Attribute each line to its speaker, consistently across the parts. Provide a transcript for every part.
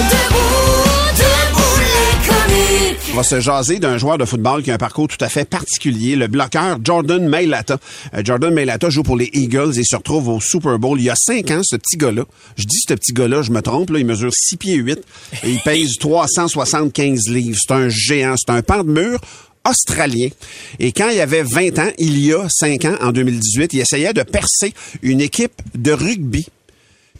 Speaker 1: debout, debout les comiques.
Speaker 2: On va se jaser d'un joueur de football qui a un parcours tout à fait particulier, le bloqueur Jordan Mailata. Euh, Jordan Mailata joue pour les Eagles et se retrouve au Super Bowl il y a 5 ans, ce petit gars-là. Je dis ce petit gars-là, je me trompe, là, il mesure 6 pieds 8 et il pèse 375 livres. C'est un géant, c'est un pan de mur australien. Et quand il avait 20 ans, il y a 5 ans, en 2018, il essayait de percer une équipe de rugby.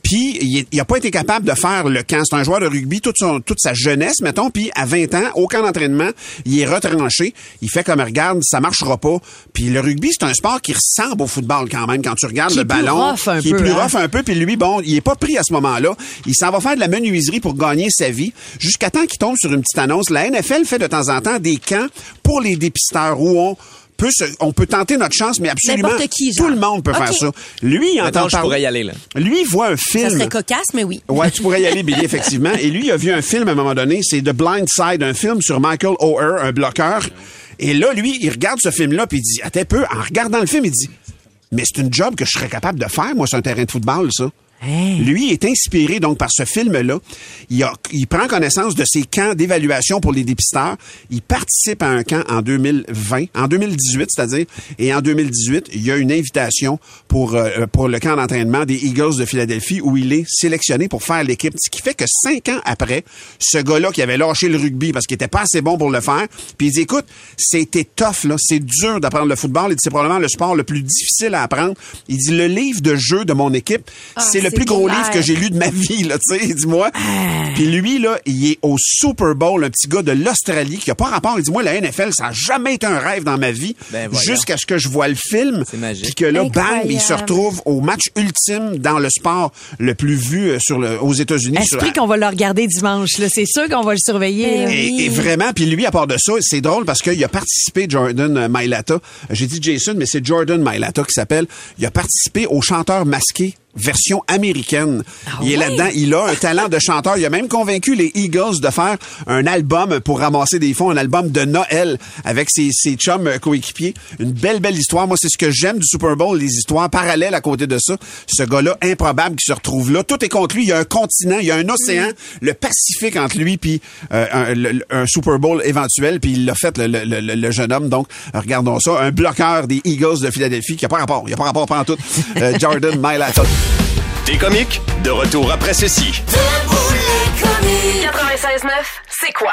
Speaker 2: Puis, il est- il n'a pas été capable de faire le camp. C'est un joueur de rugby toute, son- toute sa jeunesse, mettons. Puis, à 20 ans, au camp d'entraînement, il est retranché. Il fait comme, regarde, ça marchera pas. Puis, le rugby, c'est un sport qui ressemble au football quand même. Quand tu regardes
Speaker 3: Qui
Speaker 2: le
Speaker 3: est plus
Speaker 2: ballon,
Speaker 3: rough un
Speaker 2: qui est
Speaker 3: peu,
Speaker 2: plus
Speaker 3: hein?
Speaker 2: rough un peu. Puis, lui, bon, il est pas pris à ce moment-là. Il s'en va faire de la menuiserie pour gagner sa vie. Jusqu'à temps qu'il tombe sur une petite annonce. La NFL fait de temps en temps des camps pour les dépisteurs où on peut, se- on peut tenter notre chance, mais absolument
Speaker 3: N'importe qui, genre.
Speaker 2: tout le monde peut
Speaker 3: Ok.
Speaker 2: faire ça. Lui, il entend
Speaker 4: Attends, je
Speaker 2: parler-
Speaker 4: pourrais y aller, là.
Speaker 2: lui, il voit un film.
Speaker 3: Ça serait cocasse, mais oui.
Speaker 2: Ouais, tu pourrais y aller, Billy, effectivement. Et lui, il a vu un film à un moment donné, c'est The Blind Side, un film sur Michael O'Hare, un bloqueur. Et là, lui, il regarde ce film-là, puis il dit, attends un peu, en regardant le film, il dit, mais c'est une job que je serais capable de faire, moi, sur un terrain de football, ça.
Speaker 3: Hein?
Speaker 2: Lui il est inspiré donc par ce film-là. Il, a- il prend connaissance de ces camps d'évaluation pour les dépisteurs. Il participe à un camp en 2020, en 2018, c'est-à-dire, et en 2018, il y a une invitation pour euh, pour le camp d'entraînement des Eagles de Philadelphie où il est sélectionné pour faire l'équipe. Ce qui fait que cinq ans après, ce gars-là qui avait lâché le rugby parce qu'il était pas assez bon pour le faire, puis il dit écoute, c'était tough là, c'est dur d'apprendre le football. Il dit c'est probablement le sport le plus difficile à apprendre. Il dit le livre de jeu de mon équipe,
Speaker 3: Ah,
Speaker 2: c'est le
Speaker 3: c'est
Speaker 2: plus gros
Speaker 3: clair. Ah.
Speaker 2: livre que j'ai lu de ma vie, là, tu sais, dis-moi. Puis lui, là, il est au Super Bowl, un petit gars de l'Australie qui a pas rapport. Il dit, moi, la NFL, ça a jamais été un rêve dans ma vie.
Speaker 4: Ben, voyons.
Speaker 2: Jusqu'à ce que je vois le film.
Speaker 4: C'est magique.
Speaker 2: Puis que là, bam, il se
Speaker 3: Incroyable.
Speaker 2: retrouve au match ultime dans le sport le plus vu euh, sur le, aux États-Unis. sur-
Speaker 3: Esprit qu'on va le regarder dimanche, là. C'est sûr qu'on va le surveiller.
Speaker 2: et,
Speaker 3: là.
Speaker 2: et vraiment, puis lui, à part de ça, c'est drôle parce qu'il a participé, Jordan euh, Mailata. J'ai dit Jason, mais c'est Jordan Mailata qui s'appelle. Il a participé au chanteur masqué version américaine. il est
Speaker 3: ouais?
Speaker 2: là-dedans. Il a un talent de chanteur. Il a même convaincu les Eagles de faire un album pour ramasser des fonds, un album de Noël avec ses, ses chums euh, coéquipiers. Une belle, belle histoire. Moi, c'est ce que j'aime du Super Bowl, les histoires parallèles à côté de ça. Ce gars-là improbable qui se retrouve là. Tout est contre lui. Il y a un continent, il y a un océan, le Pacifique entre lui puis euh, un, le- le- un Super Bowl éventuel. Puis il l'a fait, le, le- le- le jeune homme. Donc, regardons ça. Un bloqueur des Eagles de Philadelphie qui a pas rapport. Il a pas rapport pas en tout. Euh, Jordan Mailata.
Speaker 5: Des comiques, de retour après ceci.
Speaker 1: Debout les comiques.
Speaker 6: 96.9, c'est quoi?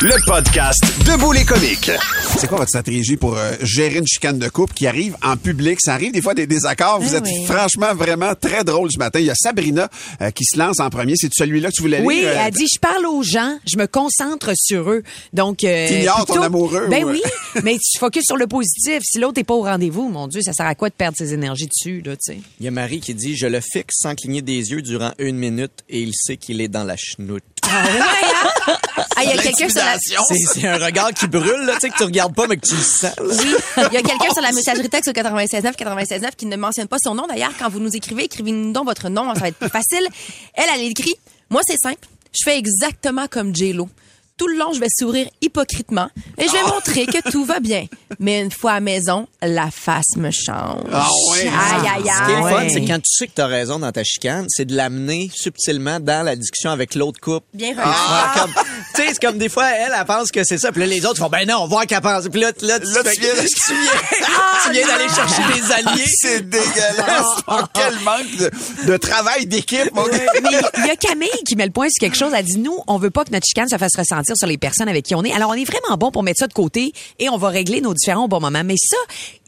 Speaker 5: Le podcast Debout les comiques.
Speaker 2: C'est quoi votre stratégie pour euh, gérer une chicane de couple qui arrive en public? Ça arrive des fois des désaccords. Vous
Speaker 3: Ah
Speaker 2: êtes
Speaker 3: oui.
Speaker 2: franchement vraiment très drôle ce matin. Il y a Sabrina euh, qui se lance en premier. C'est celui-là que tu voulais
Speaker 3: Oui,
Speaker 2: lire? euh,
Speaker 3: elle dit je parle aux gens, je me concentre sur eux. Donc euh,
Speaker 2: T'ignores ton amoureux,
Speaker 3: Ben
Speaker 2: ou-
Speaker 3: oui, mais tu focuses sur le positif. Si l'autre est pas au rendez-vous, mon dieu, ça sert à quoi de perdre ses énergies dessus là, tu sais.
Speaker 4: Il y a Marie qui dit Je le fixe sans cligner des yeux durant une minute et il sait qu'il est dans la chenoute.
Speaker 3: Ah, il y a quelqu'un sur la
Speaker 4: C'est c'est un regard qui brûle, là, tu sais, que tu regardes pas, mais que tu le sens. là.
Speaker 7: Oui, il y a quelqu'un sur la messagerie texte au 969 969 qui ne mentionne pas son nom. D'ailleurs, quand vous nous écrivez, écrivez-nous donc votre nom, ça va être plus facile. Elle, elle écrit « Moi, c'est simple. Je fais exactement comme J-Lo. Tout le long, je vais sourire hypocritement et je vais
Speaker 4: Ah.
Speaker 7: montrer que tout va bien. Mais une fois à maison, la face me change. Aïe, aïe, aïe.
Speaker 4: Ah hein? Ce qui est le fun, c'est quand tu sais que t'as raison dans ta chicane, c'est de l'amener subtilement dans la discussion avec l'autre couple.
Speaker 7: Bien
Speaker 4: Tu
Speaker 8: Ah!
Speaker 4: vois, comme- Tu sais, c'est comme des fois, elle, elle pense que c'est ça. Puis là, les autres font, ben non, on voit qu'elle pense. Puis là, t- là, tu,
Speaker 8: Là,
Speaker 4: fais-
Speaker 8: tu viens- Ah!
Speaker 4: tu viens- tu viens d'aller chercher des alliés.
Speaker 8: C'est dégueulasse. Oh, quel manque de, de travail d'équipe. mon gars.
Speaker 3: Euh, Mais il y a Camille qui met le point sur quelque chose. Elle dit nous, on veut pas que notre chicane se fasse ressentir sur les personnes avec qui on est. Alors on est vraiment bon pour mettre ça de côté et on va régler nos différents au bon moment. Mais ça,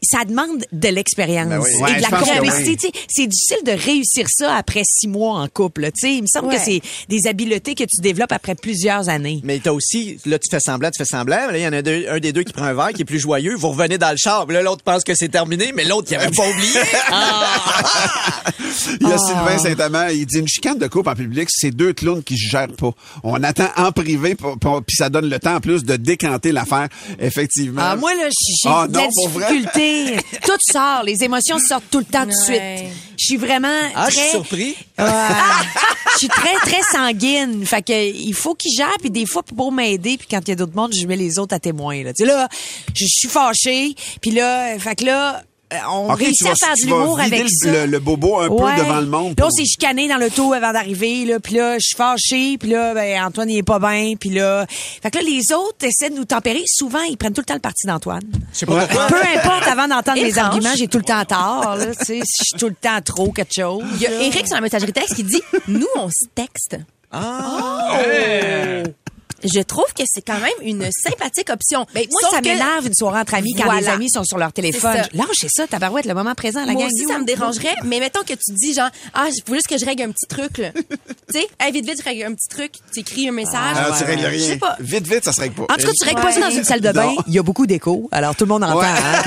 Speaker 3: ça demande de l'expérience
Speaker 1: Ben oui.
Speaker 3: et
Speaker 1: Ouais,
Speaker 3: de
Speaker 1: je
Speaker 3: la
Speaker 1: pense que
Speaker 3: complicité.
Speaker 1: oui.
Speaker 3: Tu sais, C'est difficile de réussir ça après six mois en couple. Tu sais, il me semble
Speaker 4: Ouais.
Speaker 3: que c'est des habiletés que tu développes après plusieurs années.
Speaker 4: Mais t'as aussi, là, tu fais semblant, tu fais semblant. Mais Là, il y en a deux- un des deux qui prend un verre, qui est plus joyeux. Vous revenez dans le char. Puis là, l'autre pense que c'est terminé, mais l'autre, il avait pas oublié.
Speaker 2: Il y a
Speaker 3: Ah.
Speaker 2: Sylvain Saint-Amand, il dit une chicane de couple en public, c'est deux clowns qui se gèrent pas. On attend en privé, pour- pour- puis ça donne le temps en plus de décanter l'affaire, effectivement.
Speaker 3: Ah, moi, là, j'ai j'ai
Speaker 2: Ah,
Speaker 3: de la
Speaker 2: non, pour vrai?
Speaker 3: difficulté. Tout sort. Les émotions sortent tout le temps, tout de suite. Je suis vraiment
Speaker 4: Ah, je
Speaker 3: très...
Speaker 4: suis surpris.
Speaker 3: Ouais. je suis très, très sanguine. Fait que, il faut qu'il gère, puis des fois, pour m'aider, puis quand il y a d'autres mondes, je mets les autres à témoin, là. Tu sais, là, je je suis fâchée, puis là, fait que là, euh, on
Speaker 2: Ok,
Speaker 3: réussit
Speaker 2: tu vas-
Speaker 3: à faire
Speaker 2: tu
Speaker 3: de
Speaker 2: vas
Speaker 3: l'humour
Speaker 2: vider
Speaker 3: avec
Speaker 2: le-
Speaker 3: ça.
Speaker 2: le- le bobo un peu devant le monde
Speaker 3: Là, on
Speaker 2: pour-
Speaker 3: s'est chicané dans l'auto avant d'arriver, là, puis là, je suis fâchée, puis là, ben, Antoine, il est pas bien, puis là... Fait que là, les autres essaient de nous tempérer. Souvent, ils prennent tout le temps le parti d'Antoine.
Speaker 4: Je sais pas pourquoi.
Speaker 3: Peu importe, avant d'entendre mes
Speaker 7: Étrange.
Speaker 3: arguments, j'ai tout le temps tort, là, tu sais, je suis tout le temps trop quelque chose.
Speaker 7: Il y a Eric sur la messagerie texte qui dit Nous, on se texte.
Speaker 4: Ah.
Speaker 7: Oh! Je trouve que c'est quand même une sympathique option. Mais
Speaker 3: Ben, Moi, ça m'énerve une soirée entre amis quand les amis sont sur leur téléphone.
Speaker 7: C'est ça.
Speaker 3: Lâchez ça, tabarouette, le moment présent, la
Speaker 7: Moi
Speaker 3: gang. hein.
Speaker 7: aussi, ça me dérangerait, mais mettons que tu dis genre, ah, il faut juste que je règle un petit truc, là. tu sais, hey, vite, vite, je règle un petit truc, tu écris un message.
Speaker 2: Ah, tu règles
Speaker 7: Je
Speaker 2: rien.
Speaker 7: sais pas.
Speaker 2: Vite, vite, ça se règle pas.
Speaker 3: En tout cas, tu règles pas ça dans une salle de bain.
Speaker 4: Non.
Speaker 3: Il y a beaucoup d'écho, alors tout le monde entend. hein.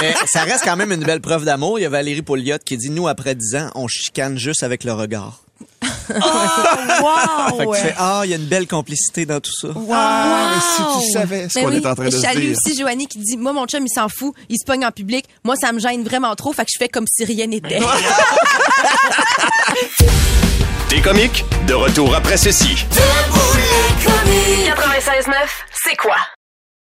Speaker 4: Mais ça reste quand même une belle preuve d'amour. Il y a Valérie Pouliot qui dit Nous, après 10 ans, on chicane juste avec le regard.
Speaker 3: wow!
Speaker 4: Fait que tu fais Ah, il y a une belle complicité dans tout ça.
Speaker 2: Ah, mais si tu savais ce
Speaker 7: Ben
Speaker 2: qu'on
Speaker 7: oui.
Speaker 2: est en train de
Speaker 7: Et je
Speaker 2: se
Speaker 7: salue
Speaker 2: dire.
Speaker 7: aussi Joanie qui dit, moi, mon chum, il s'en fout, il se pogne en public. Moi, ça me gêne vraiment trop, fait que je fais comme si rien n'était.
Speaker 5: Des comiques, de retour après
Speaker 6: 96.9,
Speaker 5: ceci.
Speaker 6: c'est quoi?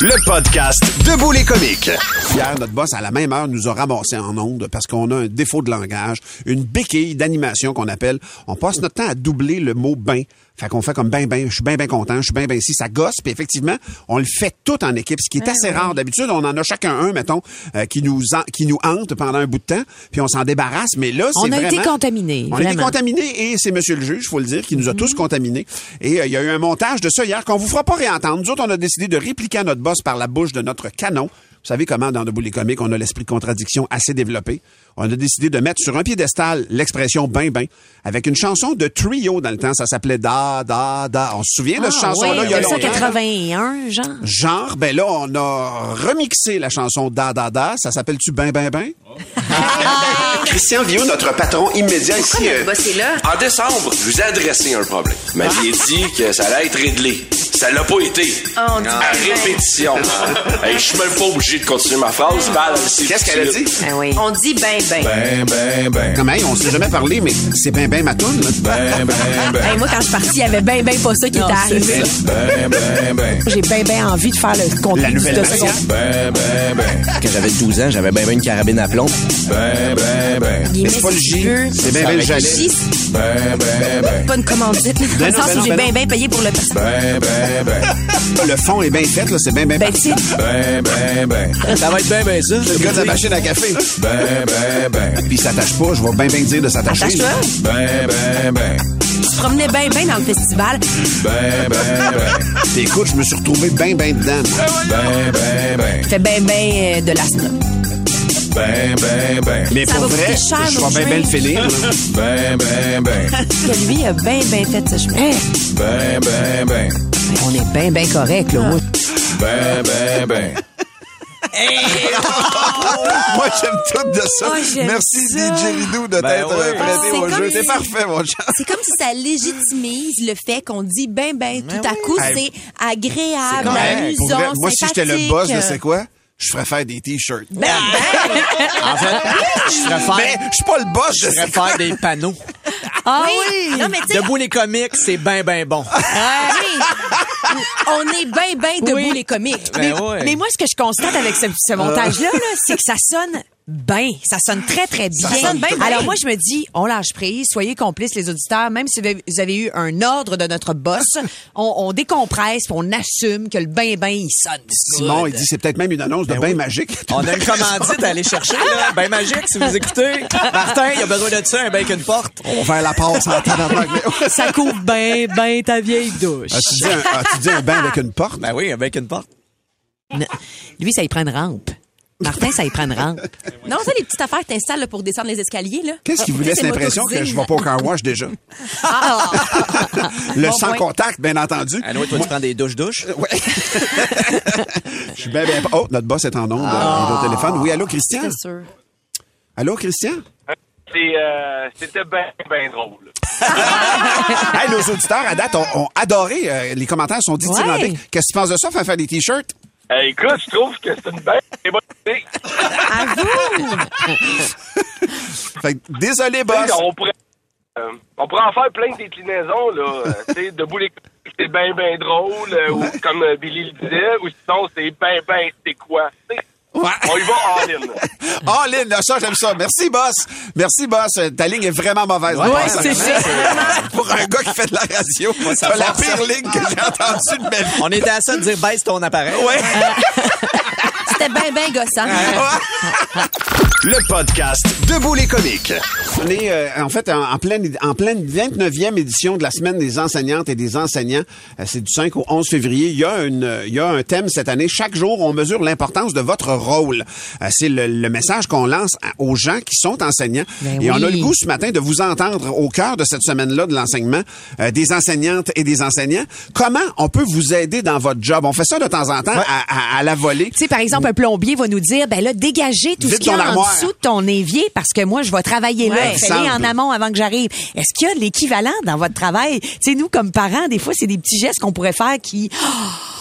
Speaker 5: Le podcast Debout les comiques.
Speaker 2: Hier, notre boss, à la même heure, nous a ramassé en ondes parce qu'on a un défaut de langage, une béquille d'animation qu'on appelle. On passe notre temps à doubler le mot bain. Fait qu'on fait comme ben ben, je suis ben ben content, je suis ben ben si, ça gosse. Puis effectivement, on le fait tout en équipe, ce qui est
Speaker 9: Ah,
Speaker 3: Ben
Speaker 2: assez
Speaker 9: ouais.
Speaker 2: rare. D'habitude, on en a chacun un, mettons, euh, qui nous en- qui nous hante pendant un bout de temps, puis on s'en débarrasse. Mais là, c'est
Speaker 3: On a été
Speaker 2: vraiment-
Speaker 3: contaminés,
Speaker 2: On a été
Speaker 3: vraiment.
Speaker 2: contaminés et c'est Monsieur le juge, faut le dire, qui nous a tous contaminés. Et euh, il y a eu un montage de ça hier qu'on vous fera pas réentendre. Nous autres, on a décidé de répliquer à notre boss par la bouche de notre canon. Vous savez comment, dans Debout les comiques, on a l'esprit de contradiction assez développé. On a décidé de mettre sur un piédestal l'expression « ben ben » avec une chanson de trio dans le temps. Ça s'appelait « da da da ». On se souvient de cette
Speaker 3: Ah,
Speaker 2: chanson-là
Speaker 3: ouais,
Speaker 2: il y a longtemps?
Speaker 3: 1981, genre.
Speaker 2: Genre, ben là, on a remixé la chanson Da Da Da. Ça s'appelle-tu Ben Ben Ben? Christian Viau, notre patron immédiat euh?
Speaker 10: Pourquoi notre
Speaker 7: ben,
Speaker 10: boss est là? En décembre, je vous ai adressé un problème. Vous m'aviez
Speaker 2: Ah.
Speaker 10: dit que ça allait être réglé. Ça l'a pas été.
Speaker 1: Oh, dis
Speaker 2: Ah,
Speaker 10: à
Speaker 2: ben.
Speaker 1: donc.
Speaker 10: répétition. hey, je suis même pas obligé de continuer ma phrase. Val, c'est
Speaker 2: Qu'est-ce qu'elle a dit?
Speaker 10: Ben
Speaker 7: On dit ben, ben.
Speaker 2: Ben, ben, ben. Comme, hey, on s'est jamais parlé, mais c'est ben, ben ma toune, là. Ben, ben,
Speaker 7: Hey, moi, quand je suis partie, il y avait ben, ben pas ça qui était arrivé.
Speaker 2: Ben, ben, ben.
Speaker 3: J'ai bien, bien envie de faire le contenu de ça.
Speaker 4: Ben, ben, ben. Quand j'avais 12 ans, j'avais ben, ben une carabine à plomb. Ben, ben, ben.
Speaker 7: Il Mais c'est met pas le ses J, cheveux. c'est ben, ben le
Speaker 4: j'allais.
Speaker 7: Avec le J.
Speaker 4: Ben, ben, ben.
Speaker 7: Pas une commandite, là, dans
Speaker 2: Ben
Speaker 7: le
Speaker 2: non,
Speaker 7: sens
Speaker 2: ben
Speaker 7: où
Speaker 2: non,
Speaker 7: j'ai
Speaker 2: ben
Speaker 7: ben,
Speaker 2: non.
Speaker 7: ben payé pour le
Speaker 2: Ben, ben, ben. Le fond est bien fait, là. C'est ben, ben, ben. Ben, ben, ben.
Speaker 4: Ça va être ben, ben ça.
Speaker 2: Le gars de la machine à café. Ben, ben, ben. Puis il s'attache pas, je vais ben, ben dire de s'attacher.
Speaker 7: Attache-toi.
Speaker 2: Ben, ben, ben.
Speaker 7: Je te promenais ben, ben dans le festival.
Speaker 2: Ben, ben, ben. Écoute, je me suis retrouvé ben, ben dedans. Ben, ben, ben.
Speaker 7: Fait ben, ben euh, de l'asthme.
Speaker 9: Ben, ben, ben.
Speaker 2: Mais
Speaker 7: Ça
Speaker 2: pour
Speaker 7: va coûter
Speaker 2: vrai,
Speaker 7: cher,
Speaker 2: je
Speaker 7: nos
Speaker 2: vais bien, bien le
Speaker 7: drinks.
Speaker 2: finir. là.
Speaker 9: Ben, ben, ben.
Speaker 7: Que lui a bien, bien fait ce chemin.
Speaker 9: Ben, ben, ben.
Speaker 7: On est bien, bien correct, là.
Speaker 9: Ben, ben, ben.
Speaker 8: Moi, j'aime tout de ça.
Speaker 7: Ah Oh, j'aime
Speaker 8: Merci,
Speaker 7: ça.
Speaker 8: DJ Ridou, de
Speaker 7: Ben
Speaker 8: t'être
Speaker 7: oui.
Speaker 8: euh, prêté
Speaker 7: C'est
Speaker 8: au
Speaker 7: comme
Speaker 8: jeu. C'est
Speaker 7: si-
Speaker 8: parfait, mon chat.
Speaker 7: C'est comme si ça légitimise le fait qu'on dit ben ben tout à coup,
Speaker 8: Hey.
Speaker 7: c'est agréable,
Speaker 2: Ben,
Speaker 8: Hey, pour
Speaker 7: amusant,
Speaker 8: vrai, Moi, si j'étais le boss de c'est
Speaker 7: sympathique.
Speaker 8: quoi, je ferais faire des T-shirts.
Speaker 7: Ben,
Speaker 4: En fait, je ferais faire-
Speaker 8: Mais je suis pas le boss
Speaker 4: Je ferais faire des panneaux.
Speaker 7: Ah oui! Non, mais tu sais,
Speaker 4: Debout les comiques, c'est ben ben bon.
Speaker 7: ah oui. on est ben ben debout
Speaker 3: Oui.
Speaker 7: les comiques.
Speaker 3: mais,
Speaker 4: Ben ouais.
Speaker 3: mais moi, ce que je constate avec ce, ce montage-là, là, c'est que ça sonne bien. Ça sonne très, très bien.
Speaker 7: Ça sonne bien, bien.
Speaker 3: Alors moi, je me dis, on lâche prise, soyez complices, les auditeurs, même si vous avez eu un ordre de notre boss, on, on décompresse, puis on assume que le ben-ben, il sonne.
Speaker 2: Simon, il dit c'est peut-être même une annonce
Speaker 7: Ben
Speaker 2: de bain magique.
Speaker 4: On a une commandite à aller chercher, là. Ben magique, si vous écoutez. Martin, il a besoin de ça, un bain qu'une porte.
Speaker 8: On va faire la passe en tabarnak.
Speaker 3: Ça couvre ben, ben ta vieille douche.
Speaker 2: As-tu dit, un- as-tu dit un bain avec une porte?
Speaker 4: Ben oui, avec une porte.
Speaker 3: Non. Lui, ça y prend une rampe. Martin, ça y prend une rampe.
Speaker 7: Non, ça, les petites affaires que t'installes là, pour descendre les escaliers, là. Ah,
Speaker 2: Qu'est-ce qui vous
Speaker 7: Tu sais,
Speaker 2: laisse
Speaker 7: ben, c'est
Speaker 2: l'impression que je
Speaker 7: motorisé.
Speaker 2: vais pas au car wash déjà?
Speaker 7: Ah,
Speaker 2: Le
Speaker 7: Bon
Speaker 2: sans
Speaker 7: point.
Speaker 2: contact, bien entendu.
Speaker 4: Ah non, toi, tu prends des douches-douches.
Speaker 2: Je suis bien, bien- Oh, notre boss est en onde euh, au téléphone. Oui, allô, Christian?
Speaker 7: C'est sûr.
Speaker 2: Allô, Christian?
Speaker 11: C'est, euh, c'était ben, ben drôle.
Speaker 2: Hey, nos auditeurs, à date, ont, ont adoré. euh, les commentaires sont dits
Speaker 11: Ouais.
Speaker 2: Qu'est-ce que tu penses de ça, faire faire des T-shirts?
Speaker 11: Euh, écoute, je trouve que c'est une belle et bonne idée.
Speaker 2: Fait que, désolé,
Speaker 11: Tu
Speaker 2: boss.
Speaker 11: sais, On pourrait, euh, on pourrait en faire plein de déclinaisons, là. Euh, tu sais, debout les couilles, c'est ben, ben drôle, euh, ou comme euh, Billy le disait, ou sinon c'est ben, ben, c'est quoi? Tu sais, On y va en ligne.
Speaker 2: Oh, Lynn, là, ça, j'aime ça. Merci, boss. Merci, boss. Euh, Ta ligne est vraiment mauvaise.
Speaker 8: Ouais,
Speaker 2: On
Speaker 8: ouais,
Speaker 2: pense à
Speaker 8: c'est
Speaker 2: rien.
Speaker 8: ça.
Speaker 2: Pour un gars qui fait de la radio,
Speaker 8: ça
Speaker 2: c'est la
Speaker 8: force.
Speaker 2: pire ligne que j'ai entendue de ma vie.
Speaker 4: On était à ça de dire baisse ton appareil.
Speaker 2: Ouais.
Speaker 7: C'était ben ben gossant.
Speaker 5: Le podcast Debout les comiques.
Speaker 2: On est euh, en fait en, en pleine, en pleine 29e édition de la Semaine des enseignantes et des enseignants. Euh, c'est du 5 au 11 février. Il y, a une, euh, il y a un thème cette année. Chaque jour, on mesure l'importance de votre rôle. Euh, c'est le, le message qu'on lance à- aux gens qui sont enseignants.
Speaker 8: Ben
Speaker 2: et on a
Speaker 8: oui.
Speaker 2: le goût ce matin de vous entendre au cœur de cette semaine-là de l'enseignement, euh, des enseignantes et des enseignants. Comment on peut vous aider dans votre job? On fait ça de temps en temps à, à- à la volée.
Speaker 3: Tu sais, par exemple, un plombier va nous dire, ben là, dégagez tout
Speaker 2: Vite
Speaker 3: ce qu'il y
Speaker 2: ton
Speaker 3: a en
Speaker 2: armoire.
Speaker 3: dessous de ton évier parce que moi, je vais travailler là.
Speaker 2: Ouais.
Speaker 3: Fais-les en
Speaker 2: Exemple.
Speaker 3: amont avant que j'arrive. Est-ce qu'il y a de l'équivalent dans votre travail? Tu sais, nous, comme parents, des fois, c'est des petits gestes qu'on pourrait faire qui...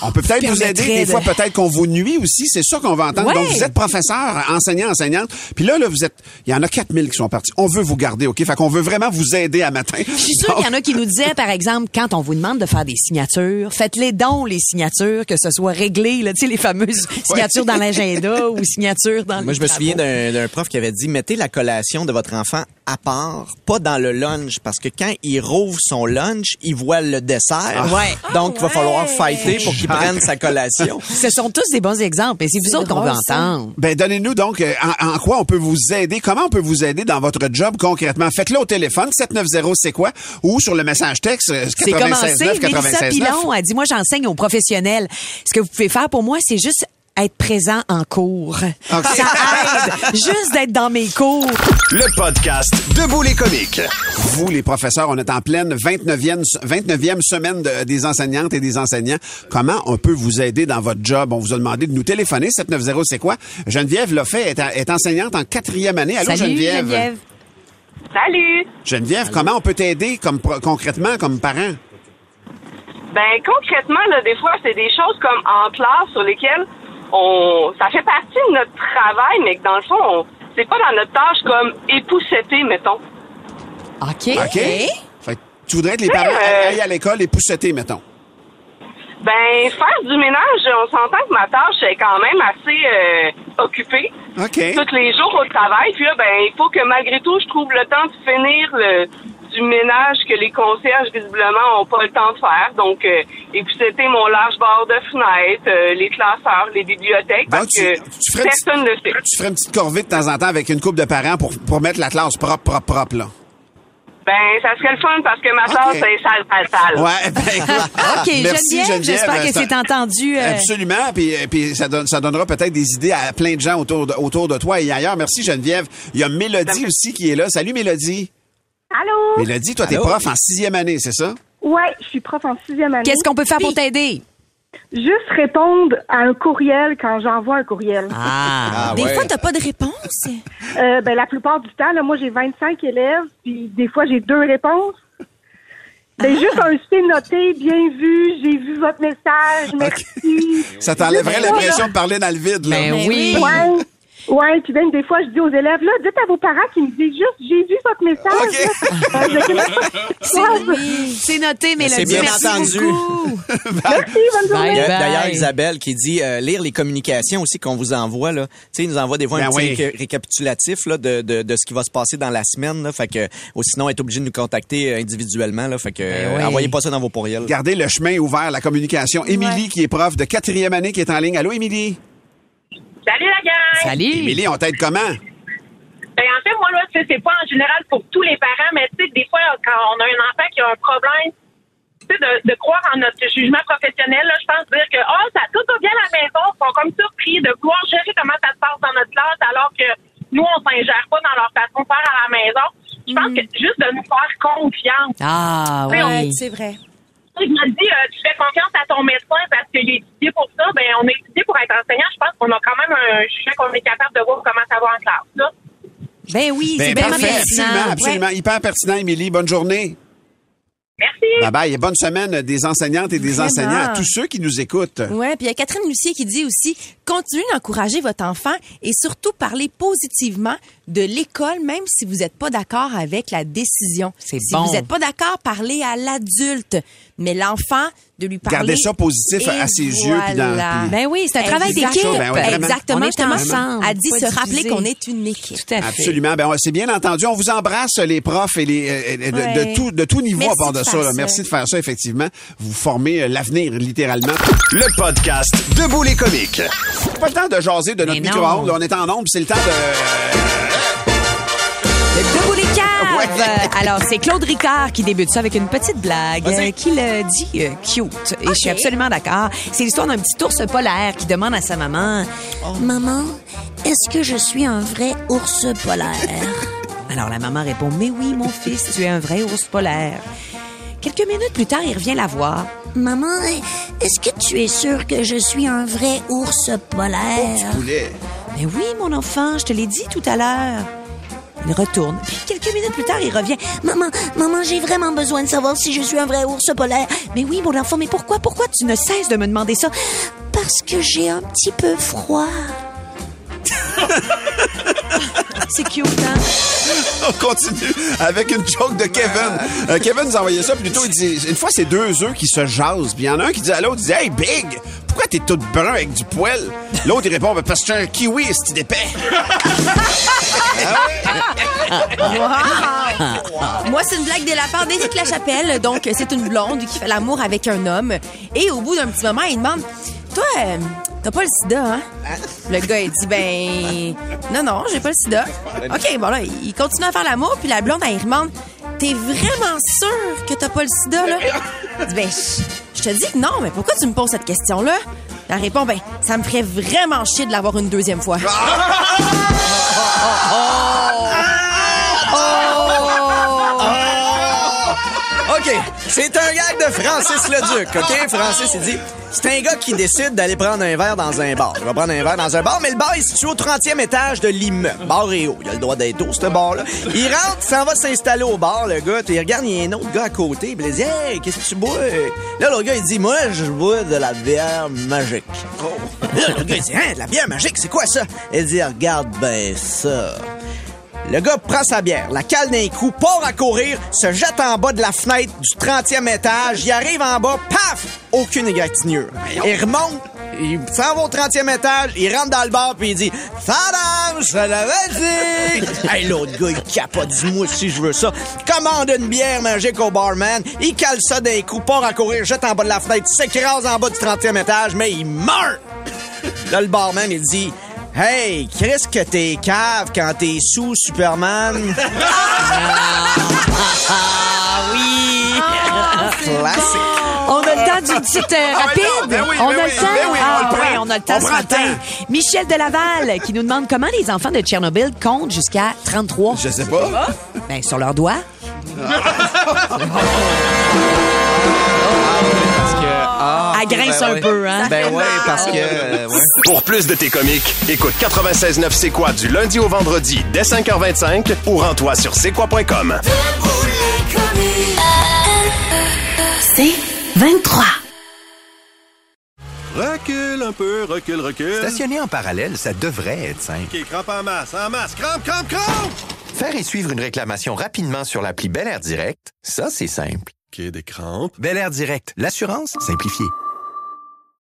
Speaker 2: On peut peut-être vous aider. Des
Speaker 3: permettrait
Speaker 2: fois,
Speaker 3: de-
Speaker 2: peut-être qu'on vous nuit aussi. C'est ça qu'on va entendre.
Speaker 3: Ouais.
Speaker 2: Donc, vous êtes professeur, enseignant, enseignante. Puis là, là, vous êtes, il y en a 4000 qui sont partis. On veut vous garder, OK? Fait qu'on veut vraiment vous aider à matin.
Speaker 3: Je suis sûre qu'il y en a qui nous disaient, par exemple, quand on vous demande de faire des signatures, faites-les donc, les signatures, que ce soit réglé, là, tu sais, les fameuses signatures dans l'agenda ou signatures dans les
Speaker 4: Moi, je me
Speaker 3: travaux.
Speaker 4: souviens d'un d'un prof qui avait dit mettez la collation de votre enfant à part, pas dans le lunch, parce que quand il rouvre son lunch, il voit le dessert.
Speaker 3: Ah. Ouais.
Speaker 4: Donc, il va falloir fighter pour qu'il prenne sa collation.
Speaker 3: Ce sont tous des bons exemples et c'est vous autres qu'on veut entendre.
Speaker 2: Ben, donnez-nous donc euh, en, en quoi on peut vous aider, comment on peut vous aider dans votre job concrètement. Faites-le au téléphone, 790 c'est quoi, ou sur le message texte euh,
Speaker 3: C'est commencé.
Speaker 2: 969
Speaker 3: Mélissa
Speaker 2: 969.
Speaker 3: Pilon a dit, moi, j'enseigne aux professionnels. Ce que vous pouvez faire pour moi, c'est juste être présent en cours.
Speaker 2: Ah,
Speaker 3: Ça aide. juste d'être dans mes cours.
Speaker 5: Le podcast Debout les comiques.
Speaker 2: Vous, les professeurs, on est en pleine 29e, 29e semaine de- des enseignantes et des enseignants. Comment on peut vous aider dans votre job? On vous a demandé de nous téléphoner. 790, c'est quoi? Geneviève l'a fait, est, est enseignante en quatrième année. Allô, Geneviève?
Speaker 12: Salut.
Speaker 2: Geneviève, comment on peut t'aider comme pro- concrètement comme parent?
Speaker 12: Ben concrètement, là, des fois, c'est des choses comme en classe sur lesquelles on, ça fait partie de notre travail, mais que dans le fond, on- c'est pas dans notre tâche comme épousseter, mettons.
Speaker 3: OK.
Speaker 2: OK. Fait que tu voudrais que les
Speaker 12: Oui,
Speaker 2: parents
Speaker 12: euh,
Speaker 2: aillent à l'école et pousseter, mettons.
Speaker 12: Ben faire du ménage, on s'entend que ma tâche est quand même assez euh, occupée.
Speaker 2: OK.
Speaker 12: Tous les jours au travail, puis là, ben il faut que malgré tout, je trouve le temps de finir le du ménage que les concierges visiblement ont pas le temps de faire. Donc euh, épousseter mon large bord de fenêtre, euh, les classeurs, les bibliothèques, parce
Speaker 2: Donc, Ben, tu-
Speaker 12: que
Speaker 2: tu ferais-
Speaker 12: personne ne le fait.
Speaker 2: Tu ferais une petite corvée de temps en temps avec une couple de parents pour, pour mettre la classe propre, propre, propre, là.
Speaker 12: Ben, ça serait le fun parce que ma classe est sale, sale, sale.
Speaker 2: Ouais, ben, écoute.
Speaker 3: OK, Geneviève, j'espère
Speaker 2: Ben,
Speaker 3: que c'est entendu, euh.
Speaker 2: Absolument, puis, euh, puis ça, donne, ça donnera peut-être des idées à plein de gens autour de, autour de toi et ailleurs. Merci Geneviève. Il y a Mélodie aussi qui est là. Salut Mélodie.
Speaker 13: Allô?
Speaker 2: Mélodie, toi, t'es
Speaker 13: Allô?
Speaker 2: prof en sixième année, c'est ça?
Speaker 13: Ouais, je suis prof en sixième année.
Speaker 3: Qu'est-ce qu'on peut faire pour
Speaker 13: t'aider? Juste répondre à un courriel quand j'envoie un courriel.
Speaker 3: Ah,
Speaker 13: Des fois,
Speaker 7: t'as pas de réponse?
Speaker 13: Euh, ben, la plupart du temps, là, moi, j'ai 25 élèves, puis des fois, j'ai deux réponses. Ben, juste un c'est noté, bien vu, j'ai vu votre message, merci.
Speaker 2: Ça t'enlèverait
Speaker 13: Juste ça,
Speaker 2: l'impression
Speaker 13: là.
Speaker 2: de parler dans le vide. Là.
Speaker 3: Ben
Speaker 13: Ouais. Ouais, puis même des fois, je dis aux élèves, là, dites à vos parents qu'ils me disent juste, j'ai vu votre message. là. Ben,
Speaker 7: Ah,
Speaker 3: C'est- C'est noté,
Speaker 4: Mais
Speaker 3: Mélodie.
Speaker 4: c'est bien
Speaker 3: Merci
Speaker 4: entendu.
Speaker 3: beaucoup.
Speaker 13: Merci, bonne
Speaker 4: Il
Speaker 13: journée.
Speaker 4: y a D'ailleurs, Isabelle qui dit euh, lire les communications aussi qu'on vous envoie. Là. Tu sais, ils nous envoie des fois un
Speaker 2: Ben
Speaker 4: petit
Speaker 2: oui.
Speaker 4: réca- récapitulatif là, de, de, de ce qui va se passer dans la semaine. Là, fait que, ou sinon, elle est obligée de nous contacter euh, individuellement. Là, fait que, euh,
Speaker 2: oui.
Speaker 4: Envoyez pas ça dans vos courriels.
Speaker 2: Gardez le chemin ouvert, la communication. Émilie, qui est prof de quatrième année, qui est en ligne. Allô, Émilie?
Speaker 14: Salut la gang!
Speaker 2: Émilie, on t'aide comment?
Speaker 14: Ben, en fait, moi, là, tu sais, c'est pas en général pour tous les parents, mais tu sais, des fois, quand on a un enfant qui a un problème, tu sais, de, de croire en notre jugement professionnel, là, je pense dire que, oh, ça tout va bien à la maison, ils sont comme surpris de vouloir gérer comment ça se passe dans notre classe, alors que nous, on s'ingère pas dans leur façon de faire à la maison. Je pense que juste de nous faire confiance.
Speaker 3: Ah,
Speaker 14: Tu sais, on-
Speaker 3: C'est vrai.
Speaker 14: je me dis, euh, tu fais confiance à ton médecin parce qu'il est étudié pour ça, ben on est étudié pour être enseignant. Je pense qu'on a quand même un jugement qu'on est capable de voir comment ça va en classe. Là.
Speaker 3: Ben oui,
Speaker 2: Ben,
Speaker 3: c'est bien
Speaker 2: parfait,
Speaker 3: pertinent.
Speaker 2: absolument, absolument. Hyper pertinent, Émilie. Bonne journée. Merci. Bye bye et bonne semaine des enseignantes et des
Speaker 7: Vraiment.
Speaker 2: enseignants, à tous ceux qui nous écoutent.
Speaker 7: Ouais, puis il y a Catherine Lucier qui dit aussi continuez d'encourager votre enfant et surtout parler positivement de l'école, même si vous n'êtes pas d'accord avec la décision.
Speaker 3: C'est
Speaker 7: si
Speaker 3: bon.
Speaker 7: vous n'êtes pas d'accord, parlez à l'adulte, mais l'enfant de lui parler.
Speaker 2: Gardez ça positif à-
Speaker 7: Et
Speaker 2: à ses yeux, puis dans-
Speaker 7: voilà.
Speaker 2: puis- Ben oui, c'est un travail
Speaker 7: Exact.
Speaker 2: d'équipe. Ben oui, vraiment.
Speaker 7: Exactement.
Speaker 2: On est
Speaker 7: justement,
Speaker 2: ensemble.
Speaker 7: Elle dit
Speaker 2: Pas
Speaker 7: se rappeler
Speaker 2: diviser.
Speaker 7: qu'on est une équipe.
Speaker 2: Absolument. Ben, on- c'est bien entendu. On vous embrasse, les profs et les, euh, de- de,
Speaker 7: Ouais.
Speaker 2: tout, de tout niveau
Speaker 7: Merci
Speaker 2: à part de,
Speaker 7: de
Speaker 2: ça.
Speaker 7: faire
Speaker 2: là.
Speaker 7: ça.
Speaker 2: Merci de faire ça, effectivement. Vous formez euh, l'avenir, littéralement.
Speaker 5: Le podcast Debout les comiques.
Speaker 2: Pas le temps de jaser de notre
Speaker 5: Mais non.
Speaker 2: micro-ondes. là. On est en ombre. C'est le temps de... euh,
Speaker 3: Debout les caves! Euh, Alors, c'est Claude Ricard qui débute ça avec une petite blague
Speaker 2: Vas-y.
Speaker 3: euh, qui le dit euh, cute. Et je suis absolument d'accord. C'est l'histoire d'un petit ours polaire qui demande à sa maman
Speaker 1: Oh.
Speaker 3: Maman, est-ce que je suis un vrai ours polaire? Alors, la maman répond Mais oui, mon fils, tu es un vrai ours polaire. Quelques minutes plus tard, il revient la voir.
Speaker 1: Maman, est-ce que tu es sûre que je suis un vrai ours polaire?
Speaker 3: Mais Ben oui, mon enfant, je te l'ai dit tout à l'heure. Il retourne. Puis quelques minutes plus tard, il revient. Maman, maman, j'ai vraiment besoin de savoir si je suis un vrai ours polaire. Mais oui, mon enfant, mais pourquoi, pourquoi tu ne cesses de me demander ça? Parce que j'ai un petit peu froid. C'est cute, hein?
Speaker 2: On continue avec une joke de Kevin. Euh, Kevin nous a envoyé ça, plutôt il dit une fois c'est deux œufs qui se jasent, puis il y en a un qui dit à l'autre il dit "Hey big, pourquoi t'es tout brun avec du poil L'autre il répond Ben, parce que t'es un kiwi, c'est d'épais.
Speaker 7: Wow! Moi, c'est une blague de la part d'Éric Lachapelle. Donc, c'est une blonde qui fait l'amour avec un homme. Et au bout d'un petit moment, il demande Toi, euh, t'as pas le sida, hein? Le gars, il dit Ben, non, non, j'ai pas le sida. OK, bon, là, il continue à faire l'amour. Puis la blonde, elle lui demande T'es vraiment sûr que t'as pas le sida, là? Il dit Ben, je- je te dis que non, mais pourquoi tu me poses cette question-là? Elle répond Ben, ça me ferait vraiment chier de l'avoir une deuxième fois.
Speaker 4: Ah, OK. C'est un gag de Francis Leduc, OK? Francis, il dit... C'est un gars qui décide d'aller prendre un verre dans un bar. Il va prendre un verre dans un bar, mais le bar est situé au 30e étage de l'immeuble. Bar et haut. Il a le droit d'être haut, ce bar-là. Il rentre, s'en va s'installer au bar, le gars. Puis il regarde, il y a un autre gars à côté. Puis il dit, hey, qu'est-ce que tu bois? Là, le gars, il dit, moi, je bois de la bière magique. Là, le gars, il dit, hein, de la bière magique, c'est quoi ça? Il dit, regarde ben ça. Le gars prend sa bière, la cale d'un coup, part à courir, se jette en bas de la fenêtre du 30e étage, il arrive en bas, paf! Aucune égratignure. Il remonte, il s'en va au 30e étage, il rentre dans le bar, puis il dit « Salam, je l'avais dit! » Hey, l'autre gars, il capote, dis-moi si je veux ça. Commande une bière magique au barman, il cale ça d'un coup, part à courir, jette en bas de la fenêtre, s'écrase en bas du 30e étage, mais il meurt! Là, le barman, il dit Hey, Chris, que t'es cave quand t'es sous Superman.
Speaker 3: Ah oui!
Speaker 4: Classique.
Speaker 3: On a le temps d'une petite euh, rapide.
Speaker 4: ben oui,
Speaker 3: on
Speaker 4: ben
Speaker 3: a
Speaker 4: oui,
Speaker 3: le temps.
Speaker 4: ben oui, on
Speaker 3: Ah
Speaker 4: le prend.
Speaker 3: ouais, on a le temps
Speaker 4: On
Speaker 3: ce
Speaker 4: prend le
Speaker 3: matin. Michel Delaval qui nous demande comment les enfants de Tchernobyl comptent jusqu'à 33. Je
Speaker 15: sais pas.
Speaker 3: Ben, sur leurs doigts. Elle grince
Speaker 4: ben
Speaker 3: un
Speaker 4: ouais.
Speaker 3: peu, hein?
Speaker 4: Ben ouais, parce que. euh, ouais.
Speaker 5: Pour plus de tes comiques, écoute 96.9 C'est quoi du lundi au vendredi dès 5h25 ou rends-toi sur c'est quoi.com.
Speaker 16: C'est 23.
Speaker 17: Recule un peu, recule, recule.
Speaker 2: Stationner en parallèle, ça devrait être simple.
Speaker 17: OK, crampe en masse, en masse, crampe, crampe, crampe!
Speaker 2: Faire et suivre une réclamation rapidement sur l'appli Bel Air Direct, ça, c'est simple. OK, des crampes. Bel Air Direct, l'assurance simplifiée.